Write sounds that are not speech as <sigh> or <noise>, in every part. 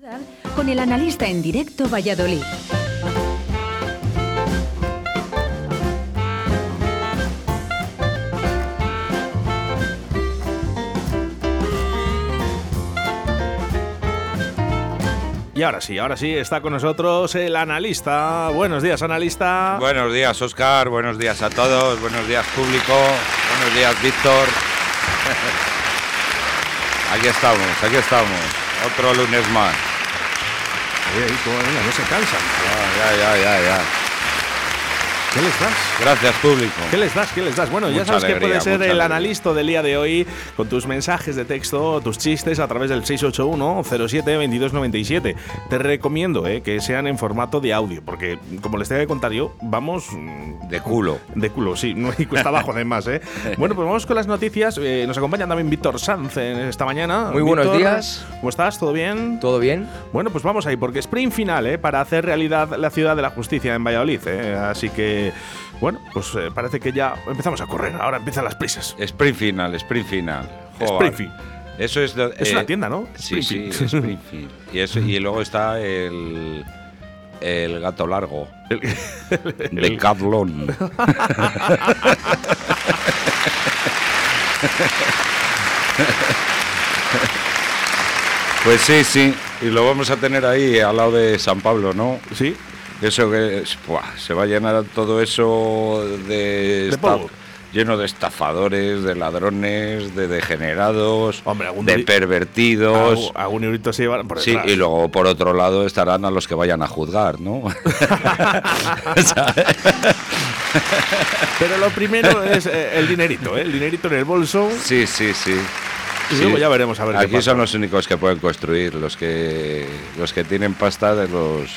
ciudad con el analista en directo Valladolid. Y ahora sí, ahora sí está con nosotros el analista. Buenos días, analista. Buenos días, Oscar. Buenos días a todos. Buenos días, público. Buenos días, Víctor. <laughs> aquí estamos, aquí estamos. Otro lunes más. Oye, y cómo no se cansan. Ya, ya, ya, ya. ya. ¿Qué les das? Gracias, público. ¿Qué les das? ¿Qué les das? Bueno, ya Mucha sabes que alegría, puedes ser mucha el alegría. analista del día de hoy con tus mensajes de texto, tus chistes a través del 681-07-2297. Te recomiendo eh, que sean en formato de audio, porque como les tengo que contar yo, vamos mm, De culo. De culo, sí, no, y cuesta abajo además, <laughs> ¿eh? Bueno, pues vamos con las noticias. Eh, nos acompaña también Víctor Sanz eh, esta mañana. Muy buenos Víctor, días. ¿Cómo estás? ¿Todo bien? ¿Todo bien? Bueno, pues vamos ahí, porque sprint final, ¿eh? Para hacer realidad la ciudad de la justicia en Valladolid, ¿eh? Así que, bueno, pues eh, parece que ya empezamos a correr. Ahora empiezan las prisas. Sprint final, sprint final. Joder. Springfield. Eso es. lo- eh, Es una tienda, ¿no? Sí, sí, Springfield. Springfield. Y, eso, y luego está el. El gato largo. <laughs> De Catlón. Pues sí, sí. Y lo vamos a tener ahí al lado de San Pablo, ¿no? <laughs> Sí, Eso que es, ¡buah! se va a llenar todo eso de, De esta- polvo. lleno de estafadores, de ladrones, de degenerados, Hombre, algún de deli- pervertidos. algún, algún eurito se llevan por Sí, detrás. y luego por otro lado estarán a los que vayan a juzgar, ¿no? <laughs> O sea, Pero lo <laughs> primero es eh, el dinerito, ¿eh? El dinerito en el bolso. sí, sí, sí. Y luego Sí. ya veremos a ver qué Aquí pasa. son los únicos que pueden construir, los que los que tienen pasta de los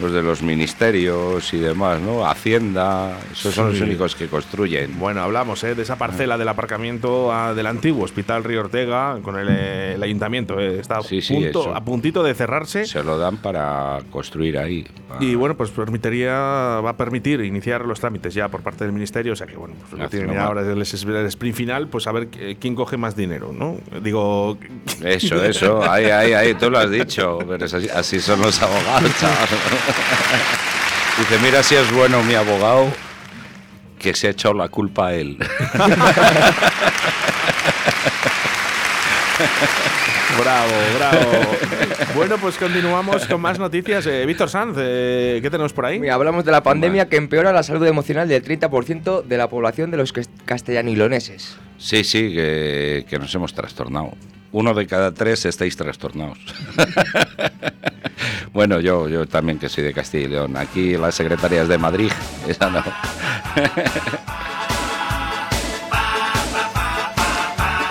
los de los ministerios y demás, ¿no? Hacienda, esos son los Sí. únicos que construyen. Bueno, hablamos ¿eh? de esa parcela del aparcamiento ah, del antiguo Hospital Río Ortega con el, eh, el ayuntamiento. eh, Está a, Sí, sí, punto- eso. a puntito de cerrarse. Se lo dan para construir ahí. para- Y bueno, pues permitiría, va a permitir iniciar los trámites ya por parte del ministerio, o sea que bueno, pues lo que Hace tienen nomás. ahora es el, el sprint final, pues a ver eh, quién coge más dinero, ¿no? Digo, <laughs> Eso, eso, ahí, ahí, ahí, tú lo has dicho, pero es así, así son <laughs> los abogados, chaval. Dice, mira si es bueno mi abogado que se ha echado la culpa a él. bravo, bravo. bueno, pues continuamos con más noticias. Eh, Víctor Sanz, eh, ¿qué tenemos por ahí? Mira, hablamos de la pandemia que empeora la salud emocional del 30% de la población de los cas- castellaniloneses. Sí, sí, que, que nos hemos trastornado. Uno de cada tres estáis trastornados. <laughs> bueno, yo, yo también que soy de Castilla y León. Aquí las secretarias de Madrid, <laughs> esa no.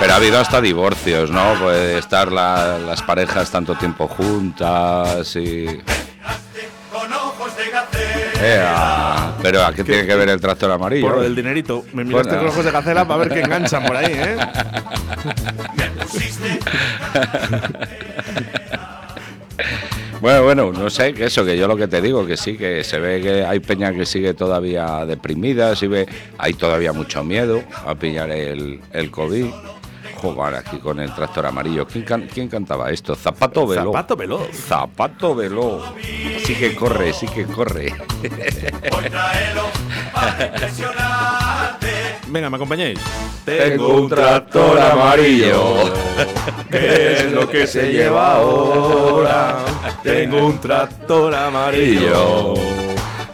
Pero ha habido hasta divorcios, ¿no? Pues estar la- las parejas tanto tiempo juntas y... Ea, pero ¿a qué tiene que ver el tractor amarillo? ¿eh? Por lo del dinerito. Me miraste Bueno. con ojos de gacela para ver qué enganchan por ahí, ¿eh? Bueno, bueno, no sé, que eso, que yo lo que te digo, que sí, que se ve que hay peña que sigue todavía deprimida, sí ve, hay todavía mucho miedo a pillar el, el COVID. Jugar aquí con el tractor amarillo. ¿Quién, can- quién cantaba esto? Zapato Veloz. Zapato veloz. Zapato Veloz. Sí que corre, sí que corre. Venga, ¿me acompañáis? Tengo un tractor amarillo. <laughs> ¿Qué es lo que se lleva ahora? Tengo un tractor amarillo.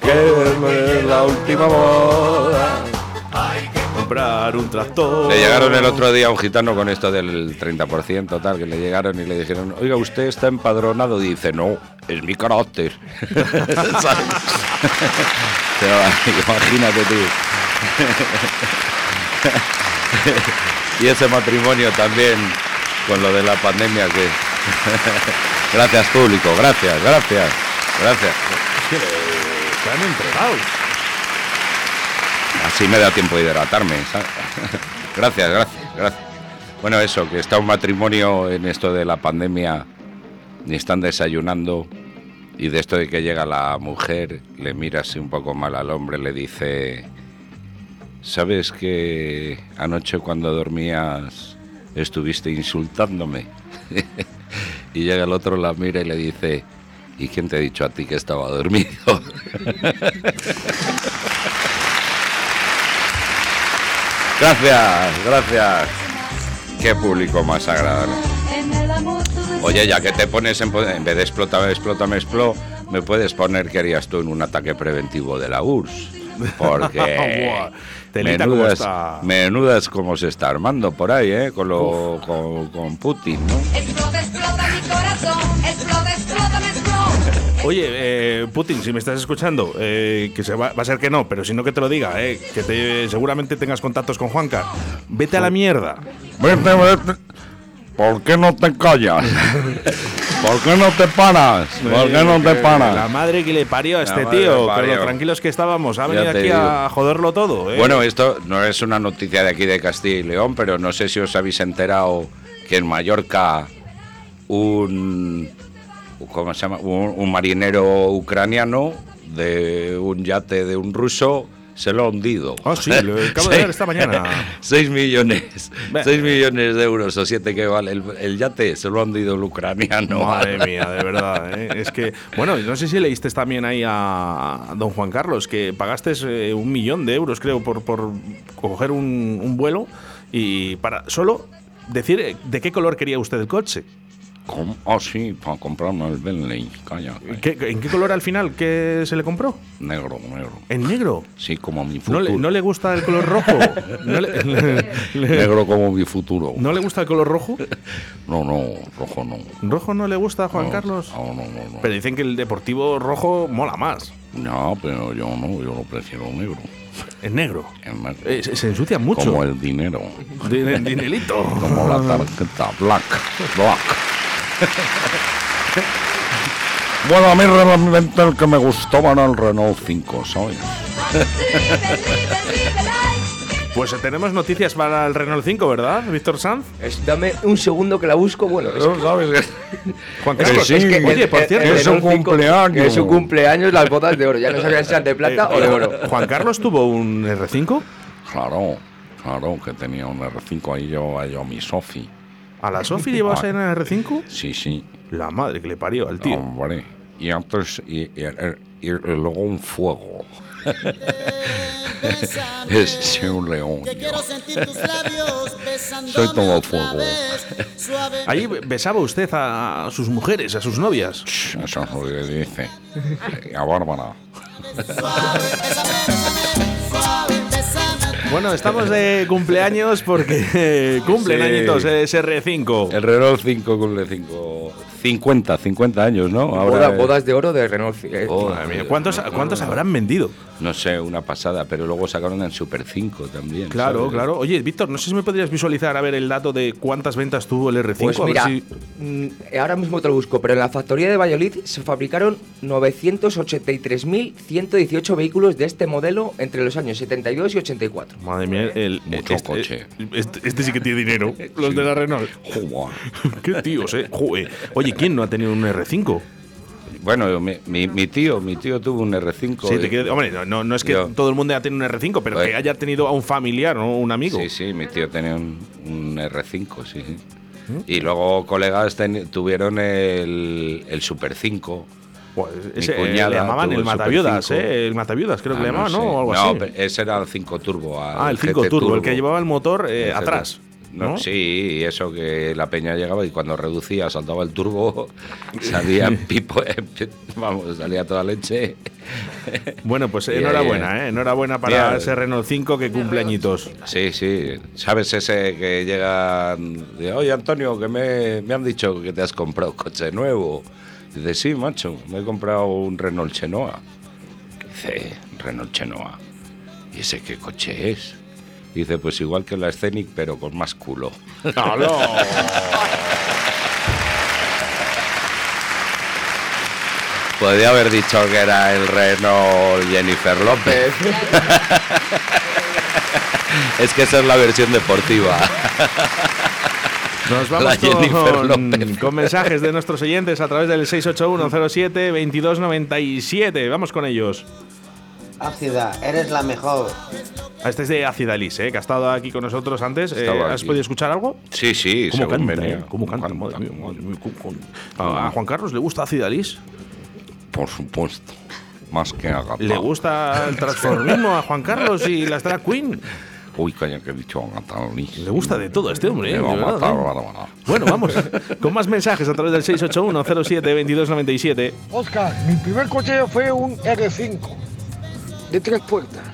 que es la última moda. Comprar un tractor. Le llegaron el otro día a un gitano con esto del 30%, tal, que le llegaron y le dijeron, oiga, usted está empadronado. Y dice, no, es mi carácter. ¿Sabes? Pero, imagínate tú. <laughs> y ese matrimonio también, con lo de la pandemia que... <laughs> gracias público, gracias, gracias, gracias. Que le- se han entregado. Así me da tiempo de hidratarme. ¿sabes? <laughs> gracias, gracias, gracias. Bueno, eso, que está un matrimonio en esto de la pandemia, ni están desayunando, y de esto de que llega la mujer, le mira así un poco mal al hombre, le dice, ¿sabes que anoche cuando dormías estuviste insultándome? <laughs> y llega el otro, la mira y le dice, ¿y quién te ha dicho a ti que estaba dormido? <laughs> gracias, gracias. Qué público más agradable. Oye, ya que te pones en, po- en vez de explótame, explótame, expló, me puedes poner que harías tú en un ataque preventivo de la URSS. Porque Buah, telita como menudas, está. menudas como se está armando por ahí, ¿eh? Con, lo, con, con Putin, ¿no? Explota, explota mi corazón, explota, explota, me explota. Oye, eh, Putin, si me estás escuchando, eh, que se va, va a ser que no, pero si no que te lo diga, eh, que te- seguramente tengas contactos con Juanca. Vete a la mierda. Vete, vete. ¿Por qué no te callas? <laughs> ¿Por qué no te paras? ¿Por qué no te Eh, La paras? madre que le parió a este madre que tío, le con lo parió. tranquilos que estábamos, ha Ya venido te aquí a joderlo todo. ¿eh? Bueno, esto no es una noticia de aquí de Castilla y León, pero no sé si os habéis enterado que en Mallorca un ¿cómo se llama? Un, un marinero ucraniano de un yate de un ruso se lo ha hundido. Ah, sí, lo acabo de <laughs> Sí. ver esta mañana. 6 millones, Ve- 6 millones de euros o 7 que vale el, el yate, se lo han dado el ucraniano. Madre mía, de verdad. ¿eh? Es que, bueno, no sé si leíste también ahí a don Juan Carlos, que pagaste eh, un millón de euros, creo, por, por coger un, un vuelo y para solo decir eh, de qué color quería usted el coche. ¿Cómo? Ah, sí, para comprarme el Bentley, calla, calla. ¿Qué- ¿En qué color al final que se le compró? Negro, negro. En negro. Sí, como mi No futuro. le, no le gusta el color rojo. No le, le- Negro como mi futuro. ¿no le gusta el color rojo. No, no, rojo no. Rojo no le gusta a Juan No, Carlos. No, no, no. No. Pero dicen que el deportivo rojo mola más. No, pero yo no, yo lo prefiero negro. En negro. El negro. Eh, se, se ensucia mucho. Como el dinero. Din- Dinelito. Como la tarjeta black, black. bueno, a mí realmente el que me gustaba era el Renault 5, ¿sabes? Pues eh, tenemos noticias para el Renault 5, ¿verdad, Víctor Sanz? Es- dame un segundo que la busco. Bueno, es, ¿Sabes? Juan Eh, Pero Carlos. sí. es que Oye, por el- cierto, el- el es su Renault cinco- cumpleaños. que Es su cumpleaños las botas de oro. Ya no sabían si eran de plata eh, o <laughs> de oro. Juan Carlos tuvo un R5 Claro, claro, que tenía un R5 ahí yo, yo mi Sofi. a la Sofi llevabas en el R5. Sí, sí. La madre que le parió al tío. Hombre. Y antes, y, y- y- y luego un fuego. <laughs> Es Es sí, un león. Que yo. quiero sentir tus labios besándome Soy como otra fuego. vez, suavemente. Ahí besaba usted a a sus mujeres, a sus novias. Eso es lo que dice. A Bárbara. Suave, bésame, bésame, suave, bésame. Bueno, estamos de cumpleaños porque eh, cumplen Sí. añitos ese R5. El reloj 5 cumple 5. 50, 50 años, ¿no? Boda- eh, bodas de oro de Renault. c- eh, Oh. Madre mía, ¿Cuántos, ¿Cuántos habrán vendido? No sé, una pasada, pero luego sacaron el Super 5 también. Claro, ¿sabes? claro. Oye, Víctor, no sé si me podrías visualizar a ver el dato de cuántas ventas tuvo el R5. Pues a ver mira, si- mm, ahora mismo te lo busco, pero en la factoría de Valladolid se fabricaron 983.118 vehículos de este modelo entre los años 72 y 84. Madre mía, el, Mucho coche. Este, este <laughs> sí que tiene dinero. Los de la Renault. Joder. Qué tíos, eh. Joder. Oye, ¿quién no ha tenido un R5? Bueno, mi, mi- mi tío, mi tío tuvo un R5. Sí, y- te quiero- hombre, no- no, no es que Yo. todo el mundo haya tenido un R5, pero Oye. que haya tenido a un familiar o un amigo. Sí, sí, mi tío tenía un, un R5, sí, sí. ¿Mm? Y luego colegas ten- tuvieron el, el Super 5. Buah, ese, eh, Mi cuñada le llamaban tuvo el el Super Mataviudas, 5. ¿eh? El Mataviudas, creo que Ah, le llamaban, ¿no? sé. O algo así. pero ese era el 5 Turbo. al ah, el 5 GT turbo, el que llevaba el motor eh, Ese atrás. tu- ¿no? No, Sí, y eso que la peña llegaba y cuando reducía, saltaba el turbo, <laughs> <laughs> salía en pipo, en pi- vamos, salía toda leche. Bueno, pues Bien. enhorabuena, ¿eh? Enhorabuena para Bien. ese Renault 5 que cumple <laughs> añitos. Sí, sí. ¿Sabes ese que llega de, oye Antonio, que me, me han dicho que te has comprado coche nuevo? Dice, sí, macho, me he comprado un Renault Chenoa. Dice, Renault Chenoa. ¿Y ese qué coche es? Dice, pues igual que la Scenic, pero con más culo. Podría haber dicho que era el Renault Jennifer López. es que esa es la versión deportiva. Nos La vamos Jennifer con, López. con mensajes de nuestros oyentes a través del 68107-2297. Vamos con ellos. Ácida, eres la mejor. Este es de Acidalis, ¿eh? que ha estado aquí con nosotros antes. Eh, Estaba ¿Has aquí. podido escuchar algo? Sí, sí, ¿Cómo según canta, venía. eh? ¿Cómo canta? Cómo Madre canta. mía, madre mía, cómo canta. A a Juan Carlos le gusta Acidalis. Por supuesto. Más que Agatha. Le gusta el transformismo a Juan Carlos y la drag queen. Uy, calla, que he dicho Agatha. Luis. Le gusta de todo a este hombre. ¿eh? Me va a De verdad, matar, ¿eh? va a matar. Bueno, vamos. Con más mensajes a través del 681 07 2297 Oscar, mi primer coche fue un R5 de tres puertas.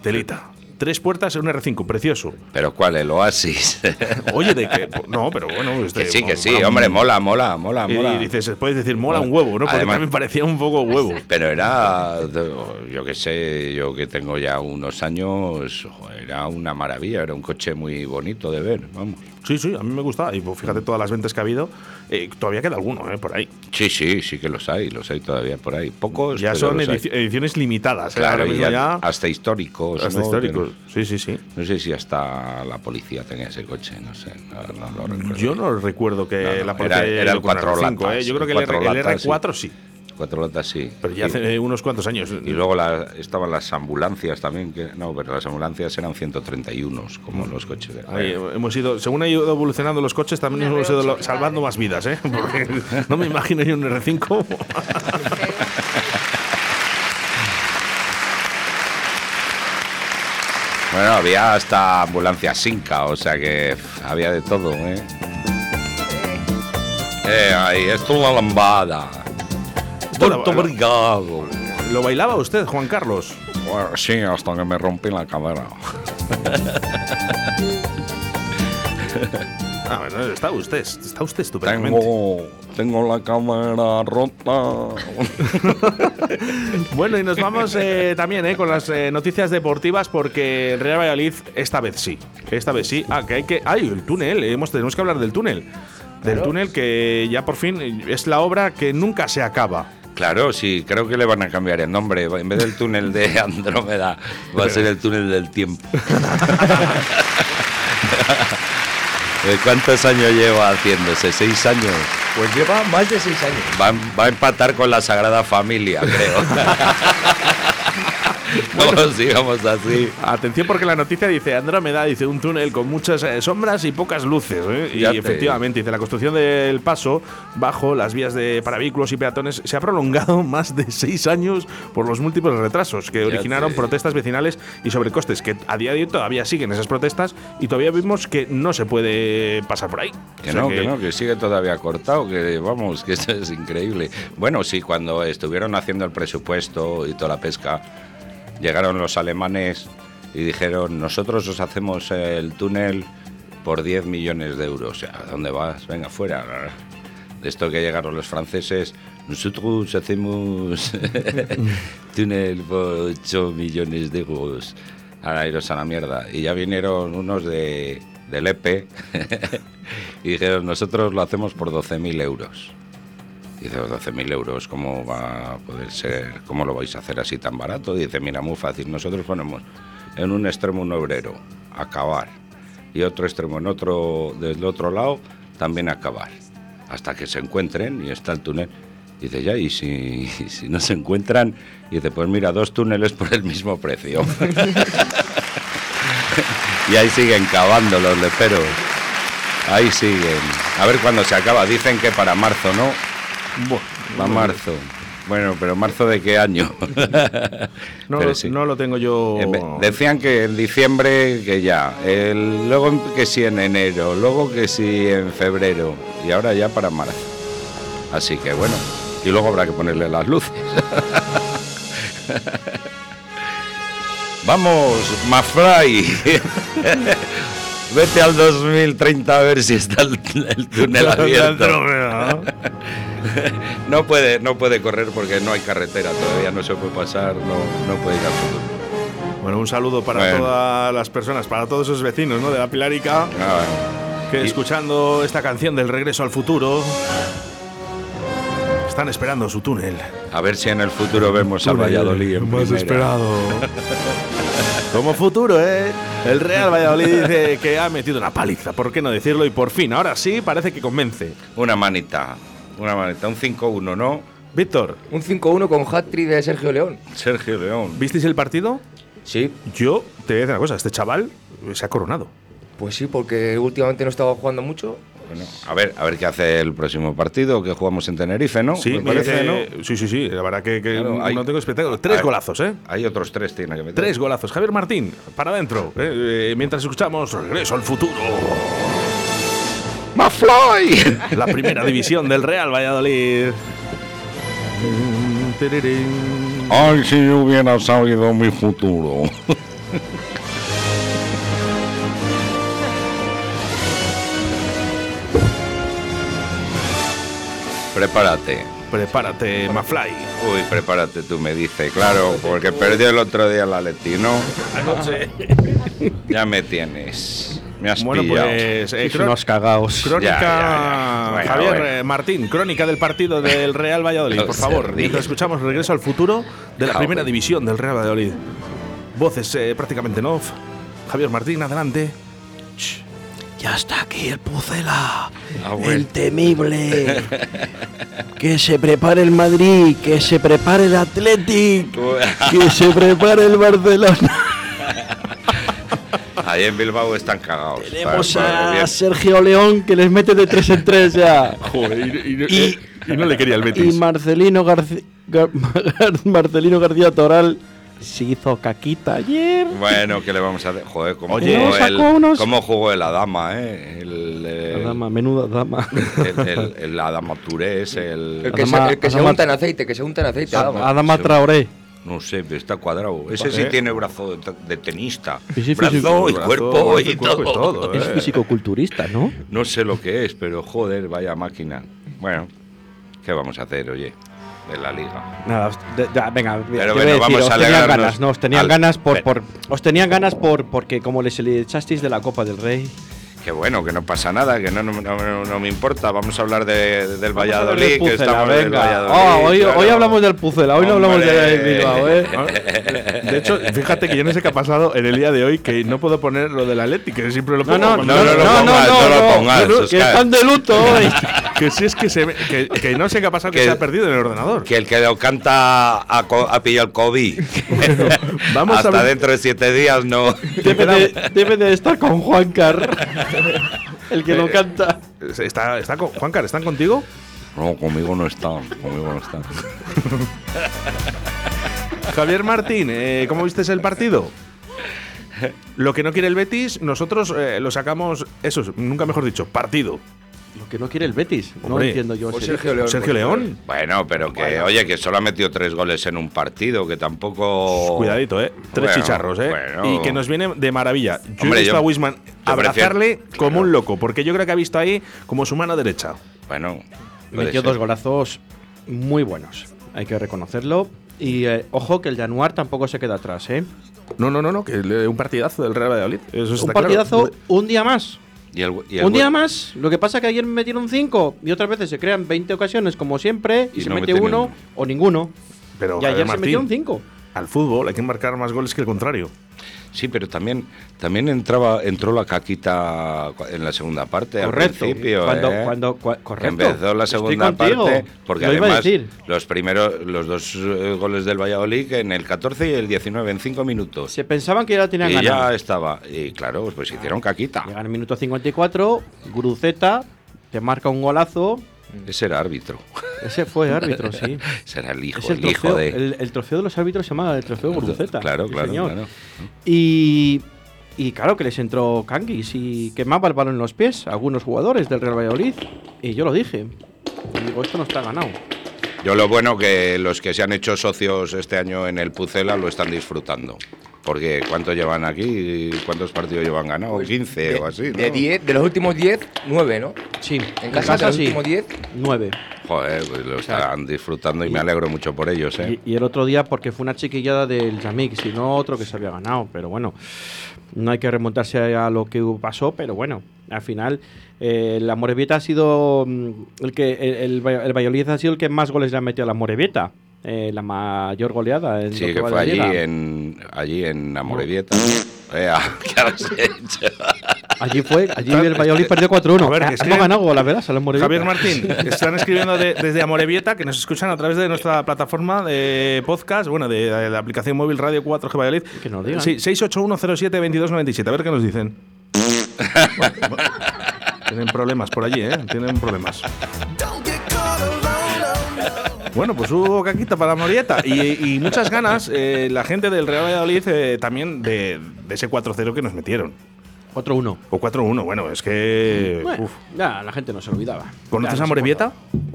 Telita. Tres puertas en un R5, precioso. Pero ¿cuál? El Oasis. <laughs> Este Oye, de que. No, pero bueno. este, que sí, que sí, vamos. hombre, mola, mola, mola, Y mola. dices, puedes decir mola un huevo, ¿no? Porque Además- también parecía un poco <laughs> huevo. Pero era, de- yo que sé, yo que tengo ya unos años, jo, era una maravilla, era un coche muy bonito de ver, vamos. Sí, sí, a mí me gustaba. Y pues, fíjate todas las ventas que ha habido. Eh, todavía queda alguno, ¿eh? Por ahí. Sí, sí, sí que los hay, los hay todavía por ahí. Pocos, Ya pero son Pues los hay. edici- ediciones limitadas. ¿eh? Claro, Ahora y mismo ya. ya hasta históricos. Hasta ¿no? históricos. Sí, sí, sí. No sé si hasta la policía tenía ese coche, no sé. No, no lo recuerdo. Yo no recuerdo que Pues No, no, la policía era- haya era ido el con un cuatro R5, latas, ¿eh? Yo creo que el el, R- cuatro el latas, R4 sí. Cuatro latas sí. Pero ya Y- hace eh, unos cuantos años. Y luego la- estaban las ambulancias también, que no, pero las ambulancias eran 131, como los coches de Ahí, hemos ido, según ha ido evolucionando los coches, también hemos ido lo- salvando más vidas, ¿eh? Porque no me imagino yo un R5. Bueno, había hasta ambulancias Inca, o sea que pff, había de todo, ¿eh? Eh, ahí, esto es la lambada. Esto la- Puerto la- Brigado. ¿Lo bailaba usted, Juan Carlos? Bueno, sí, hasta que me rompí la cadera. Ah, bueno, está usted, está usted estupendamente. Tengo, tengo la cadera rota. <laughs> Bueno, y nos vamos eh, también eh, con las eh, noticias deportivas porque el Real Valladolid esta vez sí. Esta vez sí. Ah, que hay que. ¡Ay, el túnel! eh, Hemos, tenemos que hablar del túnel. Del túnel que ya por fin eh, es la obra que nunca se acaba. Claro, sí, creo que le van a cambiar el nombre. En vez del túnel <laughs> de Andrómeda, va a ser el túnel del tiempo. ¿De Eh, ¿Cuántos años lleva haciéndose? ¿Seis años? Pues lleva más de seis años. Va, a- va a empatar con la Sagrada <laughs> Familia, creo. Como sigamos así. Atención porque la noticia dice Andrómeda dice un túnel con muchas eh, sombras y pocas luces. ¿eh? Y Ya te- efectivamente dice la construcción del paso bajo las vías de para vehículos y peatones se ha prolongado <laughs> más de seis años por los múltiples retrasos que originaron te- protestas vecinales y sobrecostes que a día de hoy todavía siguen esas protestas y todavía vimos que no se puede pasar por ahí. Que O sea no, que, no, que sigue todavía cortado, que vamos, que esto es increíble. Bueno, sí, cuando estuvieron haciendo el presupuesto y toda la pesca, llegaron los alemanes y dijeron, nosotros os hacemos el túnel por 10 millones de euros. O sea, ¿a dónde vas? Venga, fuera. De esto que llegaron los franceses, nosotros hacemos <laughs> túnel por 8 millones de euros. Ahora iros a la mierda. Y ya vinieron unos de, del EPE <laughs> y dijeron, nosotros lo hacemos por 12.000 euros. Dice, 12.000 euros, ¿cómo va a poder ser? ¿Cómo lo vais a hacer así tan barato? Dice, mira, muy fácil. Nosotros ponemos en un extremo un obrero, acabar. Y otro extremo en otro, del otro lado, también acabar. Hasta que se encuentren y está el túnel. Dice, ya, y si, <laughs> si no se encuentran, dice, pues mira, dos túneles por el mismo precio. <laughs> y ahí siguen cavando los leperos. Ahí siguen. A ver cuándo se acaba. Dicen que para marzo, ¿no? Va marzo. Bueno, pero marzo de qué año? No, Pero lo- sí. no lo tengo yo. En ve- Decían que en diciembre que ya, el- luego en- que sí en enero, luego que sí en febrero y ahora ya para marzo. Así que bueno, y luego habrá que ponerle las luces. <laughs> Vamos, Mafray. <laughs> Vete al 2030 a ver si está el, <laughs> el túnel abierto. Andrómeda, ¿no? No puede, no puede correr porque no hay carretera todavía, no se puede pasar, no, no puede ir al futuro. Bueno, un saludo para Bueno. todas las personas, para todos esos vecinos ¿no? de la Pilarica. Ah, bueno. que Y- escuchando esta canción del regreso al futuro están esperando su túnel. A ver si en el futuro vemos a Túnel Valladolid en más primera. esperado. <laughs> Como futuro, ¿eh? El Real Valladolid dice que ha metido una paliza, ¿por qué no decirlo? Y por fin, ahora sí, parece que convence. Una manita, una manita, un 5-1, ¿no? Víctor, Un 5-1 con hat-trick de Sergio León. Sergio León. ¿visteis el partido? Sí, Yo te voy a decir una cosa, este chaval eh, se ha coronado. pues sí, porque últimamente no estaba jugando mucho. Bueno, a ver, a ver qué hace el próximo partido que jugamos en Tenerife, ¿no? Sí, Oh, eh, Me me parece, dice- sí, sí, sí, la verdad que, que Claro, no hay- tengo espectáculo. Tres hay- golazos, ¿eh? ¿no? Hay otros tres, tiene que meter. Tres golazos. Javier Martín, para adentro. eh, eh, mientras escuchamos Regreso al Futuro, <laughs> ¡Mafloy! la primera división del Real Valladolid. Mm, tererén. Ay, si yo hubiera sabido mi futuro. Prepárate. Prepárate, Mafly. Uy, prepárate tú, me dice. Claro, porque perdió el otro día la Leti, ¿no? Anoche. Ya me tienes. Me has Bueno, pillado. pues. eh, Sois creo- unos cagaos. Crónica. Ya, ya, ya. Bueno, Javier bueno. eh, Martín, crónica del partido del Real Valladolid, No por se favor. ríe. Mientras escuchamos Regreso al futuro de la Joder. primera división del Real Valladolid. Voces eh, prácticamente en off. Javier Martín, adelante. Ya está aquí el Pucela, Ah, bueno. el temible. que se prepare el Madrid, que se prepare el Athletic, que se prepare el Barcelona. Ahí en Bilbao están cagados. Tenemos Madre mía. a Sergio León que les mete de tres en tres ya. eh, Y- no le quería el Y Marcelino, Garci- Gar- Gar- Marcelino García Toral se hizo caquita ayer. Bueno, ¿qué le vamos a hacer? Joder, ¿cómo, Oye, jugó, sacó el, unos- cómo jugó el Adama, eh? El, La el- dama, menuda dama. el, el- el Adama Touré es el... El que, Adama- se, el que se Adama- unta en aceite, que se unta en aceite. vamos. Adama Traoré. No sé, pero está cuadrado. Ese sí Vale. tiene brazo de, de tenista. Y sí, brazo físico. y Brazo, cuerpo brazo y y cuerpo y todo. todo, Es eh. físico-culturista, ¿no? No sé lo que es, pero joder, vaya máquina. Bueno, ¿qué vamos a hacer, oye? De la liga. Nada, os- de- ya, venga, Pero yo bueno, voy a vamos os a tenían alegrarnos ganas, no, os tenían al- ganas por, Ven. por- os tenían ganas por porque como les le echasteis de la Copa del Rey. Que bueno, que no pasa nada, que no, no, no- no me importa. Vamos a hablar de- del Vamos a hablar Valladolid, del que Pucela, estamos del venga. Valladolid, Ah, hoy, claro. hoy hablamos del Pucela, hoy no hablamos de Hombre. Bilbao, ¿eh? Ah, De hecho, fíjate que yo no sé qué ha pasado en el día de hoy que no puedo poner lo del Atleti, que siempre lo No, pongo. no, no, cuando- no no, lo no, pongas, no lo no, pongas, no, que Óscar. están de luto <laughs> hoy. Que si es que, se me- que, que no sé qué ha pasado, que, Que- se ha perdido en el ordenador. Que el que lo canta ha, co- ha pillado el COVID. <laughs> Vamos a Hasta ver- dentro de siete días no. Debe de, debe de estar con Juan <laughs> Carr, el que lo Eh, canta. Está, está con, Juancar, ¿están contigo? No, conmigo no está. Conmigo no está. Javier Martín, eh, ¿cómo viste el partido? Lo que no quiere el Betis, nosotros eh, lo sacamos, eso, es, nunca mejor dicho, partido. Lo que no quiere el Betis, no Hombre. entiendo yo. O pues ese- Sergio León. Sergio por favor. León, pues, Bueno, pero que, oye, que solo ha metido tres goles en un partido, que tampoco. cuidadito, ¿eh? Tres Bueno, chicharros, ¿eh? bueno. Y que nos viene de maravilla. Yo Hombre, he visto yo- a Wisman abrazarle prefiero- como claro. un loco, porque yo creo que ha visto ahí como su mano derecha. Bueno. puede Metió ser. dos golazos muy buenos, hay que reconocerlo. Y eh, ojo que el Januar tampoco se queda atrás, ¿eh? No, no, no, no, que le- un partidazo del Real Valladolid. Eso Un está claro. partidazo, un día más. Y el- y el Un día güey- más. Lo que pasa que ayer me metieron 5 y otras veces se crean 20 ocasiones, como siempre, y, Y se no mete mete ni uno uno. o ninguno. Pero y ayer Javier se metieron Martín, 5. al fútbol hay que marcar más goles que el contrario. Sí, pero también, también entraba, entró la caquita en la segunda parte. Correcto. Al principio, Cuando- ¿eh? cuando- cua- correcto. Empezó la Estoy segunda contigo. parte. Porque Lo iba a además, decir. los primeros, los dos eh, goles del Valladolid que en el 14 y el 19, en 5 minutos. Se pensaban que ya la tenían y ya ganada. estaba. Y claro, pues hicieron Llega caquita. en el minuto 54, Gruceta te marca un golazo. Ese era árbitro. <laughs> Ese fue árbitro, sí. Ese era el hijo, Es el, el, hijo trofeo, de. el, el trofeo de los árbitros se llama el trofeo Guruceta. Claro, sí, claro, señor. claro. Y, y claro que les entró Canguis y quemaba el balón en los pies a algunos jugadores del Real Valladolid. Y yo lo dije. Y digo, esto no está ganado. Yo lo bueno que los que se han hecho socios este año en el Pucela lo están disfrutando. Porque ¿cuánto llevan aquí? ¿Cuántos partidos llevan ganado? Pues 15 de- o así, ¿no? De, 10, de los últimos 10, 9, ¿no? Sí. En casa, de los sí. últimos 10, Nueve. Joder, pues lo sea, están disfrutando y me alegro mucho por ellos, ¿eh? Y, y el otro día porque fue una chiquillada del Yamik, si no otro que se había ganado. Pero bueno, no hay que remontarse a lo que pasó, pero bueno, al final eh, la Morevieta ha sido mm, el que el, el, Va- el Valladolid ha sido el que más goles le ha metido a la Morevieta. eh, la mayor goleada. en Sí, lo que va fue allí de Eh, liga. <laughs> en, allí en Amorebieta. Ea, ¿Qué has ah, hecho? Allí fue, allí <laughs> el Valladolid perdió 4-1. Este- A ver, que es Hemos que- ganado gol, la verdad, se lo hemos Javier Martín, <laughs> están escribiendo de- desde Amorebieta, que nos escuchan a través de nuestra plataforma de podcast, bueno, de, de la aplicación móvil Radio 4G Valladolid. Que nos digan. Sí, 681072297, a ver qué nos <laughs> dicen. Bueno, bueno, tienen problemas por allí, ¿eh? Tienen problemas. Bueno, pues hubo caquita para Morieta y, y muchas ganas eh, la gente del Real Valladolid eh, también de, de ese 4-0 que nos metieron. 4-1. O 4-1, bueno, es que... Bueno, uf. ya, la gente no se olvidaba. ¿Conoces a Ya, no se Morevieta? acordaba.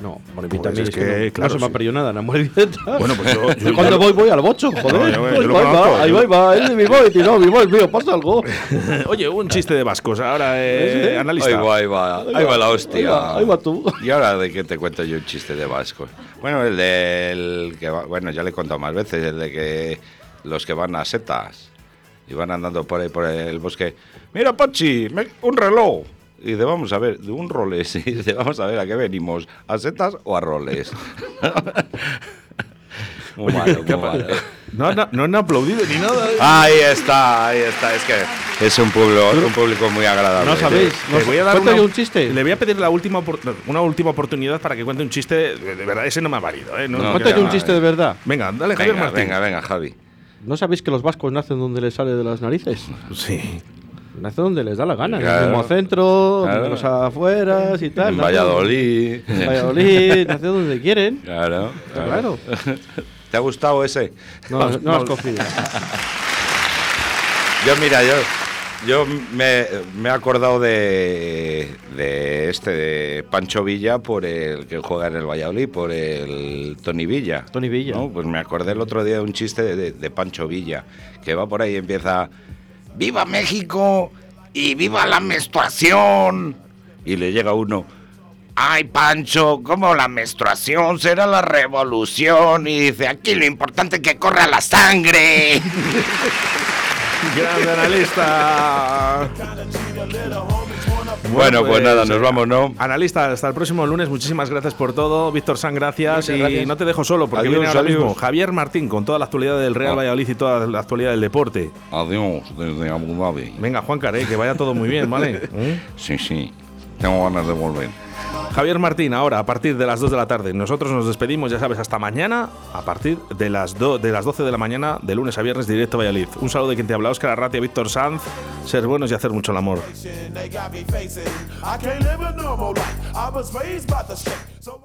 No, Morevieta Pues a es mí es que, que no, claro, no se me ha sí. perdido nada, <laughs> la Morevieta. Bueno, pues yo- yo- cuando yo- voy, voy al bocho, joder. yo- yo lo Ahí va, conozco, ahí yo- va, ahí va, es de mi boy, tío, no, mi boy, mío, pasa algo. Oye, un chiste de vascos. Ahora, eh, analista. Ahí va, ahí va, ahí va la hostia. Ahí va, ahí va tú. Y ahora de que te cuento yo un chiste de vasco. Bueno, el del que va- bueno, ya le he contado más veces, el de que los que van a setas y van andando por ahí por el bosque. Mira, Pachi, me- un reloj. Y dice, vamos a ver, de un roles. <laughs> Y dice, vamos a ver a qué venimos, a setas o a roles. <laughs> muy malo, muy malo. No, no, no han aplaudido ni nada. eh. Ahí está, ahí está. Es que es un pueblo, un público muy agradable. No sabéis. Le voy a dar Cuéntale una- un chiste. Le voy a pedir la última, opor- una última oportunidad para que cuente un chiste. De, de verdad, ese no me ha valido. eh, no- No, no Cuéntate quiero- un chiste de verdad. Venga, dale, Javier Venga, Martín. venga, venga, Javi. ¿No sabéis que los vascos nacen donde les sale de las narices? Sí. Nacen donde les da la gana, en Claro. el mismo centro, Claro. en los afueras y tal. En nacen- Valladolid. En Valladolid, nacen donde quieren. <laughs> Claro, Claro. ¿Te ha gustado ese? No, no has cogido. Yo, mira, yo, yo me, me he acordado de, de este, de Pancho Villa, por el que juega en el Valladolid, por el Tony Villa. Tony Villa. No, pues me acordé el otro día de un chiste de, de Pancho Villa, que va por ahí y empieza, ¡Viva México! ¡Y viva la menstruación! Y le llega uno, ¡Ay, Pancho! ¿Cómo la menstruación será la revolución? Y dice, aquí lo importante es que corra la <laughs> sangre. Gran analista. Bueno, pues nada, nos vamos, ¿no? Analista, hasta el próximo lunes. Muchísimas gracias por todo. Víctor San, gracias. Muchas y gracias. no te dejo solo porque Adiós, viene ahora adiós. mismo Javier Martín con toda la actualidad del Real Ah. Valladolid y toda la actualidad del deporte. Adiós desde Abu Dhabi. Venga, Juan Caré, que vaya todo muy <laughs> bien, ¿vale? ¿Eh? Sí, sí. Tengo ganas de volver. Javier Martín, ahora a partir de las 2 de la tarde. Nosotros nos despedimos, ya sabes, hasta mañana a partir de las, do- de las 12 de la mañana, de lunes a viernes, directo a Valladolid. Un saludo de quien te habla, Óscar Arratia, Víctor Sanz. Ser buenos y hacer mucho el amor. they got me facing. I can't live a normal life. I was raised by the shit. So